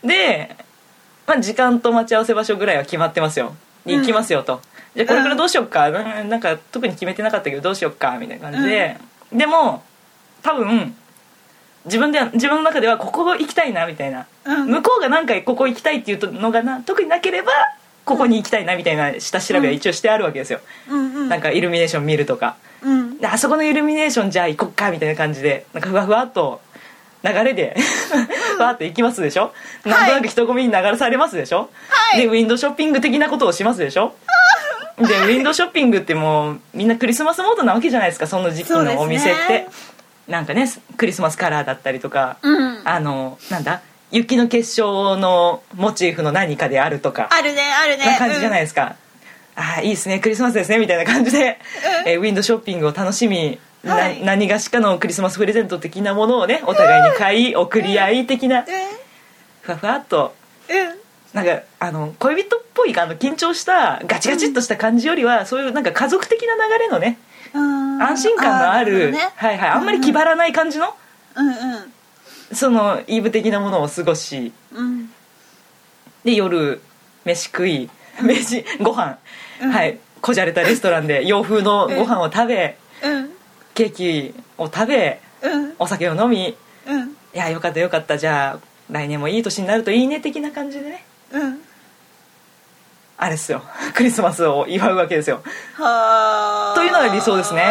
A: で、まあ、時間と待ち合わせ場所ぐらいは決まってますよに行きますよと、じゃあこれからどうしよっか、ななんか特に決めてなかったけどどうしよっかみたいな感じで、でも多分自分では自分の中ではここ行きたいなみたいな、
C: うん
A: 向こうが何回ここ行きたいっていうのがな特になければここに行きたいなみたいな下調べは一応してあるわけですよ、
C: うんうん
A: なんかイルミネーション見るとか
C: うん
A: であそこのイルミネーションじゃあ行こっかみたいな感じでなんかふわふわっと流れでわーって行きますでしょ、なんとなく人混みに流されますでしょ、
C: はい
A: でウィンドウショッピング的なことをしますでし
C: [laughs]
A: ょでウィンドウショッピングってもうみんなクリスマスモードなわけじゃないですかその時期
C: そうです
A: の
C: ね
A: お店って、なんかねクリスマスカラーだったりとか、
C: うん
A: あのなんだ雪の結晶のモチーフの何かであるとか
C: あるねあるね
A: な感じじゃない
C: い、
A: ですか、ああいいですねクリスマスですねみたいな感じで、えーウィンドウショッピングを楽しみ、な
C: はい
A: 何がしかのクリスマスプレゼント的なものをねお互いに買い送り合い的なふわふわっと
C: うんうん
A: なんかあの恋人っぽいあの緊張したガチガチっとした感じよりは、そういうなんか家族的な流れのね
C: うん
A: 安心感のある
C: ーなほどね
A: はいはい、あんまり気張らない感じの
C: うんうん
A: そのイブ的なものを過ごし
C: うん
A: で夜飯食い飯ご飯、はいこじゃれたレストランで洋風のご飯を食べ、
C: うん
A: ケーキを食べ
C: うん
A: お酒を飲みい
C: うん
A: やよかったよかったじゃあ来年もいい年になるといいね的な感じでね
C: うん
A: あれっすよ [laughs] クリスマスを祝うわけですよ
C: はー
A: というのが理想ですね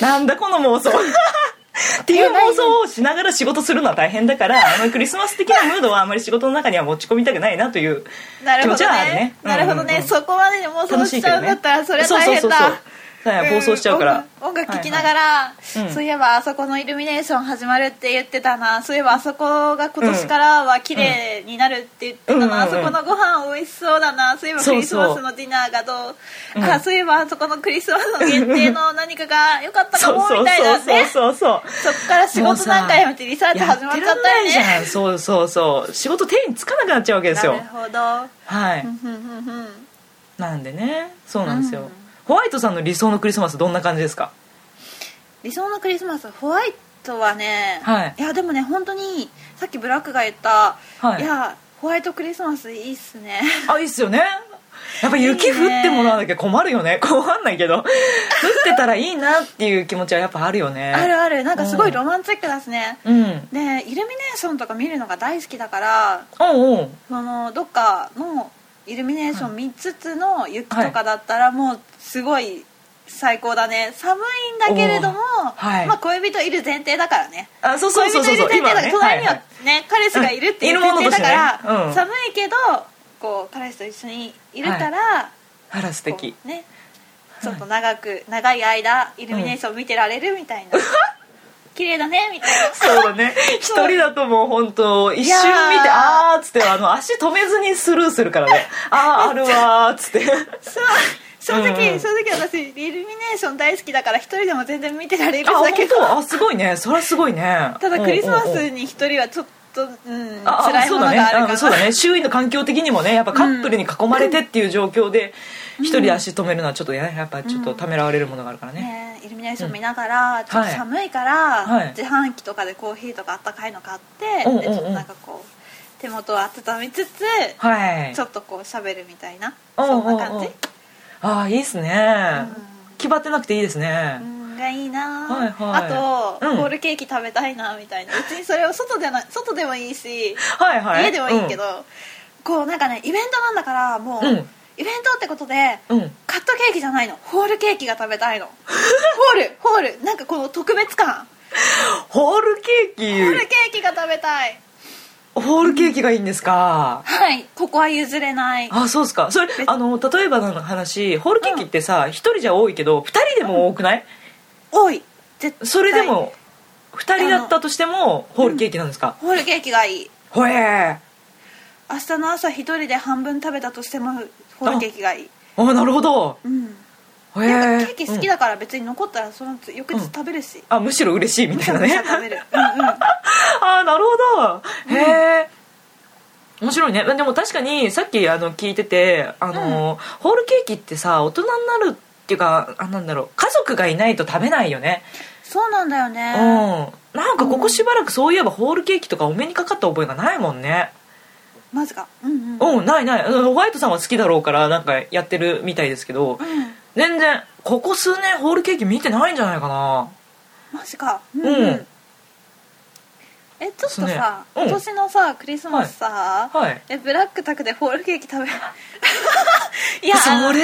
A: なんだこの [laughs] 妄想っていう妄想をしながら仕事するのは大変だからあのクリスマス的なムードはあまり仕事の中には持ち込みたくないなという
C: なる
A: 気
C: ほ
A: 持ち
C: ど
A: はある
C: ね
A: ね。
C: なるほど
A: うんうん
C: ね。
A: うん
C: そこまででもそう
A: 楽し
C: し
A: い
C: ち
A: け
C: ゃ
A: ど
C: うんだ
A: ね
C: ったらそれは大変だ。
A: はい暴走しちゃうから
C: ん音楽聴きながら、
A: いはい
C: そういえばあそこのイルミネーション始まるって言ってたなそういえばあそこが今年からは綺麗になるって言ってたな、
A: うんうん
C: あそこのご飯美味しそうだなそういえばクリスマ
A: そ
C: ス
A: うそ
C: のディナーがどう
A: うん
C: あそういえばあそこのクリスマスの限定の何かが良かったか
A: そう
C: も
A: そ
C: み
A: う
C: たいな
A: そう
C: ねそ
A: そうそう
C: っから仕事なんかやめてリサーチ始まっち
A: やっ
C: ゃったよ
A: てらんない
C: ね
A: じゃんそうそうそう仕事手につかなくなっちゃうわけですよ
C: なるほど
A: はい
C: ふんふんふん
A: なんでねそうなんですよ、
C: うん
A: ホワイトさんの理想のクリスマスどんな感じですか
C: 理想のクリスマスホワイトはね、
A: はい
C: やでもね本当にさっきブラックが言った、
A: はい
C: やホワイトクリスマスいいっすね
A: あいいっすよねやっぱ雪降ってもらわなきゃ困るよね [laughs] 困んないけど降ってたらいいなっていう気持ちはやっぱあるよね
C: あるあるなんかすごいロマンチックですね、
A: うん
C: でイルミネーションとか見るのが大好きだから
A: うんうん
C: そのどっかのイルミネーション見つつの雪とかだったらもうすごい最高だね寒いんだけれども、
A: はい
C: まあ、恋人いる前提だからね
A: あそうそう
C: 恋
A: そう
C: 人
A: そう
C: いる前提だから、
A: は
C: 隣
A: い
C: には
A: は
C: ね
A: い、
C: [laughs] 彼氏がいるってい
A: う
C: う
A: んい
C: 前
A: るものと
C: 提
A: し
C: だ
A: てね
C: から、
A: うん
C: 寒いけどこう彼氏と一緒にいるから、
A: あら素敵
C: こうねちょっと長く長い間イルミネーション見てられるみたい
A: [laughs]
C: な、綺麗だねみたいな
A: そうだ
C: [laughs]
A: ね一
C: う
A: 人だともう本当一瞬
C: い
A: 見
C: や
A: て
C: ー
A: あーっつってあの足止めずにスルーするから
C: [laughs]
A: ねあーあるわーっつって
C: そう正直、
A: うん
C: 正直私イルミネーション大好きだから一人でも全然見てられるん
A: あ
C: だけ
A: 本
C: ど
A: 当あすごいねそれはすごいね
C: ただクリスマ
A: うんうんうん
C: スに一人はちょっと、うん、
A: あ
C: 辛いものがあるかな、
A: あそうだねうんそうだね周囲の環境的にもねやっぱカップルに囲まれてっていう状況で一人で足止めるのはちょっとねやっぱちょっとためらわれるものがあるからね、
C: ねイルミネーション見ながら、ちょっと寒いから、
A: はい
C: 自販機とかでコーヒーとかあったかいの買って、
A: うんうんうん
C: でちょっとなんかこう手元を温めつつ、
A: はい
C: ちょっとこうしゃべるみたいな、
A: うんうんうん
C: そんな感じ、
A: ああいいですね、気張ってなくていいですね、
C: うんがいいな、
A: はいはい
C: あと、
A: うん
C: ホールケーキ食べたいなみたいな別にそれを外でな外でもいいし
A: はいはい
C: 家でもいいけど、こうなんかねイベントなんだからもう、
A: うん
C: イベントってことで、
A: うん、うん
C: カットケーキじゃないのホールケーキが食べたいのホールホールなんかこの特別感
A: ホールケ
C: ホー
A: ー
C: ルケーキが食べたい
A: キホールケーキがいいんですか、
C: はいここは譲れない
A: あそうですかそれあの例えばの話ホールケーキってさ一、人じゃ多いけど二人でも多くない、
C: 多い絶対
A: それでも二人だったとしてもホールケーキなんですか、
C: ホールケーキがいい
A: ほえ
C: 明日の朝一人で半分食べたとしてもホールケーキがいい
A: ーあなるほど
C: うん
A: へえ
C: なんかケーキ好き
A: だ、
C: だから別に残ったらその翌日食べるし、
A: うんあむしろ嬉しいみ
C: む [laughs]
A: た
C: し
A: い
C: ゃ
A: な
C: むしゃ
A: ね
C: 食べる、うんうん、
A: [laughs] ああなるほどへえ、面白いねでも確かにさっきあの聞いててあの、ホールケーキってさ大人になるっていうかあなんだろう家族がいないと食べないよね、
C: そうなんだよね、
A: うんなんかここしばらくそういえばホールケーキとかお目にかかった覚えがないもんね
C: まずかうんうんうん
A: うんないないうんホワイトさんは好きだろうからなんかやってるみたいですけど全然ここ数年ホールケーキ見てないんじゃないかな
C: マジかうん、
A: うん
C: えちょっと
A: そうね
C: さ、
A: うん
C: 今年のさクリスマスさ、
A: はい
C: えブラックタクでホールケーキ食べいや
A: そ
C: あの [laughs]
A: れ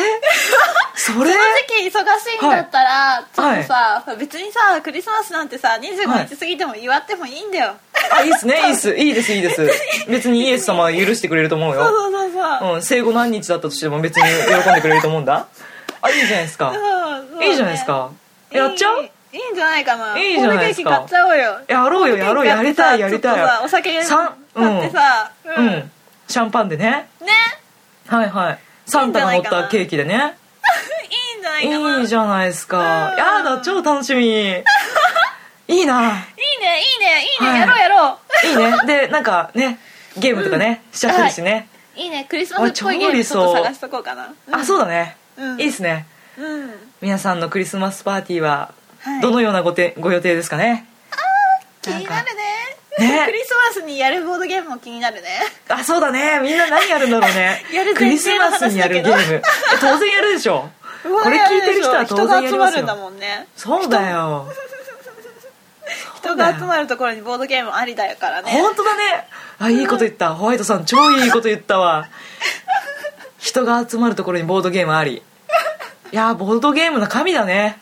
A: それ
C: 正直忙しいんだったら、ちょっとさ、別にさクリスマスなんてさ
A: はい
C: 25日過ぎても祝ってもいいんだよ、
A: あいいっすねいいっすいいですいい
C: [laughs]
A: です別にイエス様は許してくれると思う
C: そう
A: よ、
C: そうそうそう、
A: うん、生後何日だったとしても別に喜んでくれると思うんだあいいじゃないですか
C: そうそうね
A: いいじゃないですかやっちゃう
C: いいいいんじゃないかない
A: いじゃないですか
C: ホールケーキ買っちゃおうよ
A: やろうよやろうよやりたいや
C: ホール
A: り
C: ケーキ買ってさ
A: たい
C: ちょっとさお酒買ってさ、
A: う
C: うん
A: んシャンパンでね
C: ね
A: はいはいサンタが乗ったケーキでね
C: いいんじゃない
A: い
C: かない
A: じゃないですか
C: うん
A: やだ超楽
C: [laughs]
A: しみいいない
C: いねいいねいいね、
A: はい
C: やろうやろう
A: いいねでなんかねゲームとかね、しちゃってるしね、
C: いいねクリスマスっぽいゲームちょっと探しとこうかな
A: あそう
C: だ
A: だね、
C: うん
A: いいですね
C: うん
A: 皆さんのクリスマスパーティーは
C: はい
A: どのようなごてご予定ですかね
C: 気になるね
A: なんかね
C: クリスマスにやるボードゲームも気になるね
A: あそうだねみんな何やるんだろうね
C: [laughs] やる
A: クリ
C: 前
A: ス
C: 提の
A: マスにやるゲー
C: 話だけ
A: ム当然やるでしょこれ聞いてる人は当然やります
C: 人が集まるんだ
A: よ
C: もんね
A: そうだよ
C: 人が集まるところにボードゲームありだからね
A: 本当だねあいいこと言ったホワイトさん超いいこと言ったわ人が集まるところにボードゲームありいやーボードゲームの神だね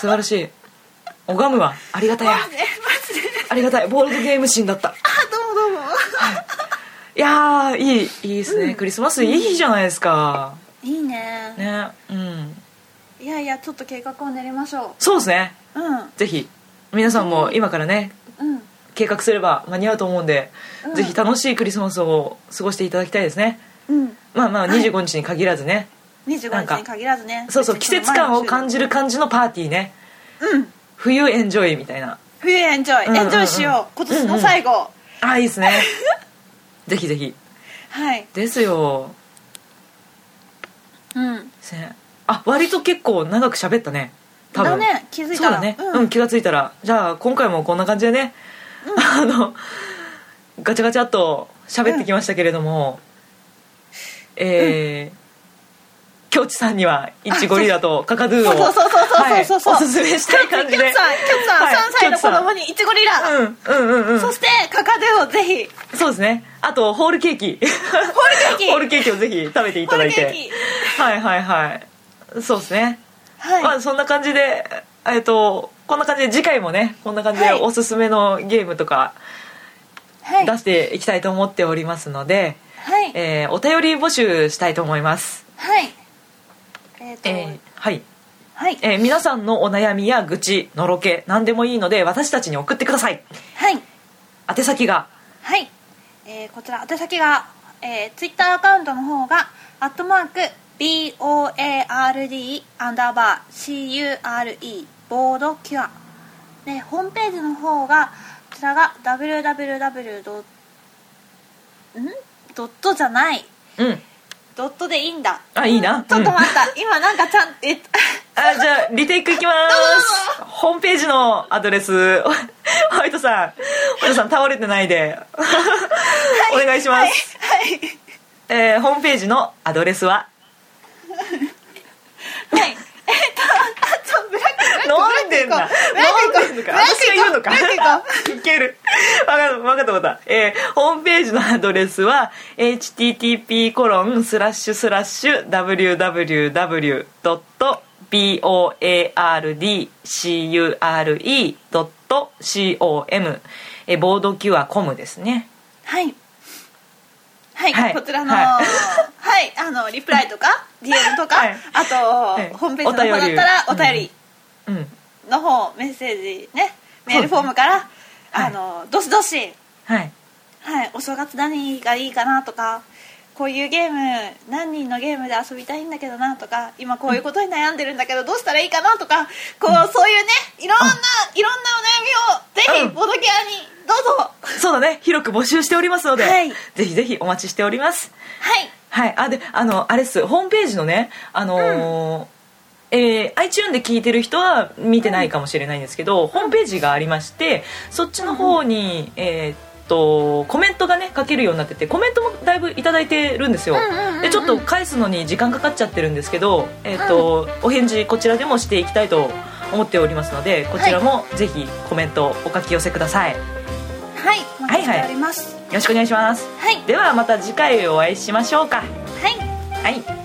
A: 素晴らしい拝むわありがたいや
C: マジでマジで
A: ありがたいボードゲーム神だった
C: あどうもどうも
A: いやーいいいいですね、クリスマスいい日じゃないですか
C: いいね
A: ねうん
C: いやいやちょっと計画を練りましょ
A: そうですね
C: ううん
A: ぜひ皆さんも今からね
C: うん
A: 計画すれば間に合うと思うんで、
C: うん
A: ぜひ楽しいクリスマスを過ごしていただきたいですね
C: うん
A: まあまあ25日に限らずね、なん
C: 25
A: か
C: 日に限らずね
A: そうそう季節感を感じる感じのパーティーね
C: うん
A: 冬エンジョイみたいな
C: 冬エンジョ
A: うんうん
C: イエンジョイしよう今年の最後
A: ああいい
C: [laughs]
A: ですねぜひぜひ
C: はい
A: ですよ
C: うん
A: せんあ割と結構長く喋ったね多
C: だ
A: 分
C: ね気づい
A: そう
C: た
A: だ
C: ら
A: ね、うん
C: うん
A: 気がついた [laughs] らじゃあ今回もこんな感じでね、あのガチャガチャっと喋ってきましたけれども、えー京地さんにはイチゴリラとカカドゥ
C: そう
A: を
C: そうそうそう
A: はい
C: そうそう
A: おすすめしたい感じ
C: キョッ
A: で
C: ツさんキョッツさん、
A: はい
C: 3歳の子供にイチゴリラ、
A: うんうんうんうん
C: そしてカカドゥをぜひ
A: そうですねあとホールケーキ
C: ホールケーキ
A: ホールケーキをぜひ食べていただい
C: ホールケー
A: てはいはいはいそうですね
C: はい、
A: まあそんな感じでえっとこんな感じで次回もねこんな感じで
C: はい
A: おすすめのゲームとか
C: はい
A: 出していきたいと思っておりますので、
C: はい
A: えーお便り募集したいと思います、
C: はいえっ、と、
A: えーはい、
C: はい
A: えー皆さんのお悩みや愚痴のろけ何でもいいので私たちに送ってください
C: はい
A: 宛先が
C: はい、えーこちら宛先が、えツイッター Twitter アカウントの方が「アットマーク #BOARD アンダーバー CURE ボードキュア」でホームページの方がこちらが www. ドんドットじゃない
A: うん
C: ドットでいいんだ
A: あいいな
C: ちょっと待った、今なんかちゃんえっと
A: あじゃあリテイクいきますホームページのアドレスホワイトさんホワイトさん倒れてないでお願いします、
C: はい
A: えーホームページのアドレスは
C: はいえっとあちょブラックブラック
A: 飲んでんな飲んでんのか私が言うのか
C: ブラックいこうブラックいこう
A: いけるわかったわかったわかった、えーホームページのアドレスは http コロンスラッシュスラッシュ www.boardcure.com えーボードキュアコムですね
C: はい。はい、
A: はい
C: こちらの、は
A: はいい、
C: あの、リプライとか、DM とか、
A: はい
C: あと、
A: い
C: ホームページの方だった
A: お
C: ら、お
A: 便り
C: 便
A: うん
C: りの方、メッセージね、メー
A: そうですね
C: ルフォームから、
A: はい
C: あの、どしどし、
A: はい
C: はい、お正月何がいいかなとか、こういうゲーム、何人のゲームで遊びたいんだけどなとか、今こういうことに悩んでるんだけど、どうしたらいいかなとか、こう、そういうね、いろんな、いろんなお悩みを、ぜ
A: う
C: ひ、
A: ん
C: ボドキャアに、どうぞ、
A: そうだね広く募集しておりますので、
C: はい
A: ぜひぜひお待ちしております
C: はい、
A: はい、あであのあれっすホームページのねあのーえー iTune で聞いてる人は見てないかもしれないんですけど、ホームページがありましてそっちの方に、えーっとコメントがね書けるようになっててコメントもだいぶいただいてるんですよ、
C: うんうんうんうん
A: でちょっと返すのに時間かかっちゃってるんですけど、えーっとお返事こちらでもしていきたいと思っておりますのでこちらもぜひコメントお書き寄せください、よ
C: はい、お待ちしております。
A: ろしくお願いします
C: はい
A: ではまた次回お会いしましょうか
C: はい
A: はい